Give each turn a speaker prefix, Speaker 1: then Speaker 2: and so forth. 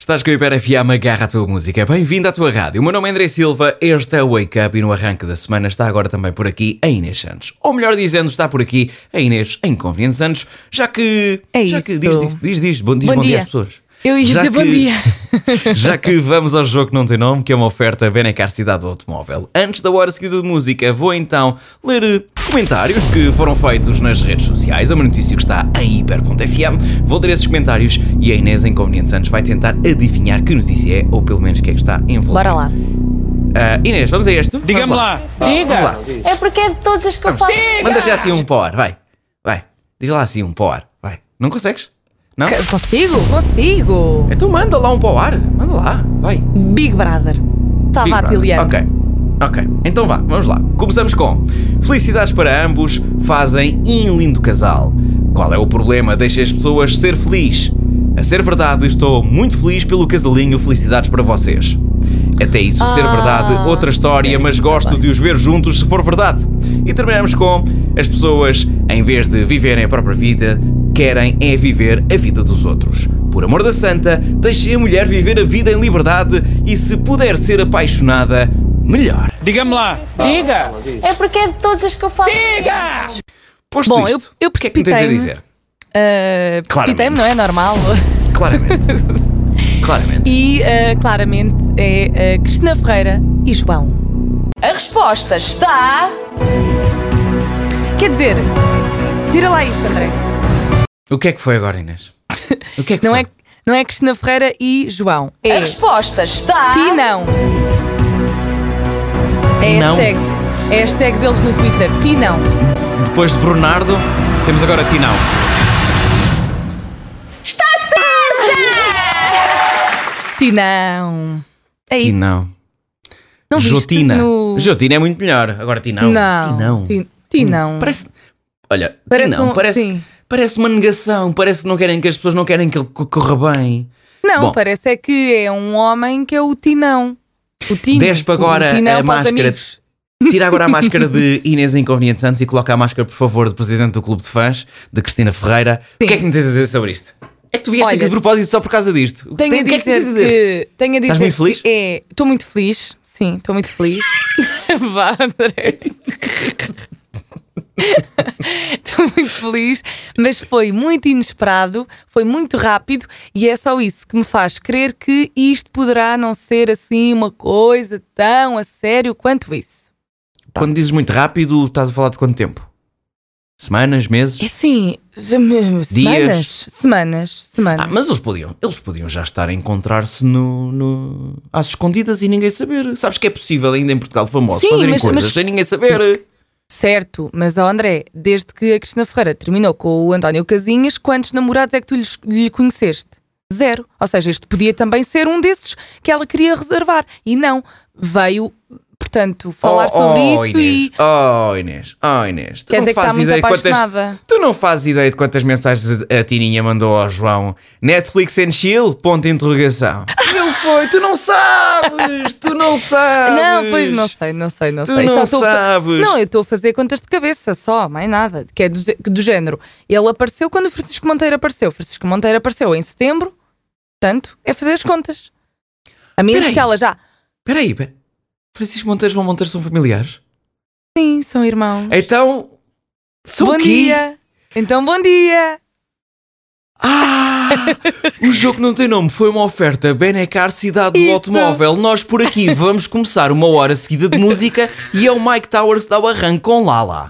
Speaker 1: Estás com a Hiper-FM, agarra a tua música. Bem-vindo à tua rádio. O meu nome é André Silva, este é o Wake Up e no arranque da semana está agora também por aqui a Inês Santos. Ou melhor dizendo, está por aqui a Inês em Conveniente Santos, já que...
Speaker 2: É
Speaker 1: já
Speaker 2: isso.
Speaker 1: que diz, diz, diz, diz, bom, diz
Speaker 2: Bom
Speaker 1: bom dia
Speaker 2: dia.
Speaker 1: às pessoas.
Speaker 2: Eu ia
Speaker 1: Já
Speaker 2: dizer bom
Speaker 1: que-
Speaker 2: dia.
Speaker 1: Já que vamos ao jogo que não tem nome, que é uma oferta Benecar Cidade do Automóvel. Antes da hora seguida de música, vou então ler eh, comentários que foram feitos nas redes sociais. É uma notícia que está em hiper.fm. Vou ler esses comentários e a Inês, em Conveniente Santos, vai tentar adivinhar que notícia é, ou pelo menos que é que está envolvida.
Speaker 2: Bora lá.
Speaker 1: Ah, Inês, vamos a este?
Speaker 3: Diga-me
Speaker 1: Vamos
Speaker 3: lá.
Speaker 1: Vamos
Speaker 3: Diga.
Speaker 1: lá.
Speaker 4: É porque é de todos os que eu falo.
Speaker 1: Manda já assim um para o ar, vai. Vai. Diz lá assim um para o ar, vai. Não consegues? Não?
Speaker 2: C- Consigo? Consigo.
Speaker 1: Então manda lá um para o ar. Manda lá, vai.
Speaker 2: Big Brother. Tá
Speaker 1: Big
Speaker 2: Estava a
Speaker 1: Brother.
Speaker 2: pilhar.
Speaker 1: Ok. Ok, então vá, vamos lá. Começamos com Felicidades para ambos fazem um lindo casal. Qual é o problema? Deixa as pessoas ser felizes. A ser verdade, estou muito feliz pelo casalinho. Felicidades para vocês. Até isso ser
Speaker 2: Ah,
Speaker 1: verdade, outra história, mas gosto de os ver juntos se for verdade. E terminamos com as pessoas, em vez de viverem a própria vida, querem é viver a vida dos outros. Por amor da santa, deixem a mulher viver a vida em liberdade e se puder ser apaixonada, melhor.
Speaker 3: Diga-me lá. Diga.
Speaker 4: É porque é de todos os que eu falo.
Speaker 3: Diga.
Speaker 1: Posto
Speaker 2: Bom,
Speaker 1: isto,
Speaker 2: eu- eu
Speaker 1: o que é que me tens a
Speaker 2: precipitei-me.
Speaker 1: dizer? Claramente.
Speaker 2: Uh, precipitei-me, não é normal.
Speaker 1: Claramente. Claramente.
Speaker 2: E uh, claramente é uh, Cristina Ferreira e João.
Speaker 4: A resposta está.
Speaker 2: Quer dizer, tira lá isso, André.
Speaker 1: O que é que foi agora, Inês? O que é que
Speaker 2: Não
Speaker 1: foi?
Speaker 2: é, não é Cristina Ferreira e João. É
Speaker 4: resposta está.
Speaker 2: ti não. É
Speaker 1: não?
Speaker 2: hashtag. É hashtag deles no Twitter. Ti não.
Speaker 1: Depois de Bernardo, temos agora Tinão.
Speaker 2: Ti não. É isso.
Speaker 1: Tinão.
Speaker 2: Não viste
Speaker 1: Jotina.
Speaker 2: no-
Speaker 1: Jotina é muito melhor. Agora Tinão.
Speaker 2: Não.
Speaker 1: Tinão.
Speaker 2: Ti- Ti não.
Speaker 1: Hum. Parece. Olha,
Speaker 2: Parece
Speaker 1: Tinão,
Speaker 2: um-
Speaker 1: parece,
Speaker 2: sim.
Speaker 1: parece uma negação. Parece que não querem que as pessoas não querem que ele co- corra bem.
Speaker 2: Não,
Speaker 1: Bom.
Speaker 2: parece é que é um homem que é o Tinão. O Tinão.
Speaker 1: Despe agora
Speaker 2: o tinão
Speaker 1: a
Speaker 2: para os
Speaker 1: máscara.
Speaker 2: amigos.
Speaker 1: Tira agora a máscara de Inês Inconveniente Santos e coloca a máscara, por favor, de presidente do Clube de Fãs, de Cristina Ferreira. O que é que me tens a dizer sobre isto? É que tu vieste
Speaker 2: Olha,
Speaker 1: aqui de propósito só por causa disto. O
Speaker 2: Tenho
Speaker 1: tem-
Speaker 2: a
Speaker 1: o que é
Speaker 2: dizer
Speaker 1: que tens a dizer?
Speaker 2: que. Tenho a dizer
Speaker 1: Estás muito feliz?
Speaker 2: que É, estou muito feliz, sim, estou muito feliz. Vá, André. Estou muito feliz, mas foi muito inesperado, foi muito rápido e é só isso que me faz crer que isto poderá não ser assim uma coisa tão a sério quanto isso.
Speaker 1: Quando dizes muito rápido, estás a falar de quanto tempo? Semanas, meses?
Speaker 2: É assim, semanas, semanas, semanas.
Speaker 1: Ah, mas eles podiam, eles podiam já estar a encontrar-se no, no- às escondidas e ninguém saber. Sabes que é possível ainda em Portugal famoso
Speaker 2: Sim,
Speaker 1: fazerem
Speaker 2: mas-
Speaker 1: coisas
Speaker 2: mas-
Speaker 1: sem ninguém saber.
Speaker 2: Certo, mas ó André, desde que a Cristina Ferreira terminou com o António Casinhas, quantos namorados é que tu lhes- lhe conheceste? Zero. Ou seja, este podia também ser um desses que ela queria reservar. E não. Veio, portanto, falar
Speaker 1: Oh,
Speaker 2: sobre
Speaker 1: oh,
Speaker 2: isso
Speaker 1: Inês.
Speaker 2: e.
Speaker 1: Oh Inês, oh Inês, tu
Speaker 2: Quer
Speaker 1: não
Speaker 2: dizer que
Speaker 1: fazes
Speaker 2: está muito
Speaker 1: ideia de quantas,
Speaker 2: apaixonada.
Speaker 1: Tu não fazes ideia de quantas mensagens a Tininha mandou ao João. Netflix and chill? Ponto de interrogação. Não foi, tu não sabes, tu não sabes.
Speaker 2: Não, pois não sei, não sei, não
Speaker 1: Tu
Speaker 2: sei.
Speaker 1: não
Speaker 2: estou a fa-
Speaker 1: sabes.
Speaker 2: Não, eu estou a fazer contas de cabeça só, mais nada. Que é do, ze- do género. Ele apareceu quando o Francisco Monteiro apareceu. O Francisco Monteiro apareceu em setembro, portanto, é fazer as contas. A menos
Speaker 1: Peraí.
Speaker 2: que ela já.
Speaker 1: Espera aí, espera. Francisco Monteiro e João Monteiro são familiares?
Speaker 2: Sim, são irmãos.
Speaker 1: Então, são
Speaker 2: bom
Speaker 1: quê?
Speaker 2: dia! Então, bom dia!
Speaker 1: Ah! o jogo não tem nome foi uma oferta Benecar Cidade do
Speaker 2: Isso.
Speaker 1: Automóvel. Nós por aqui vamos começar uma hora seguida de música e é o Mike Towers que dá o arranque com Lala.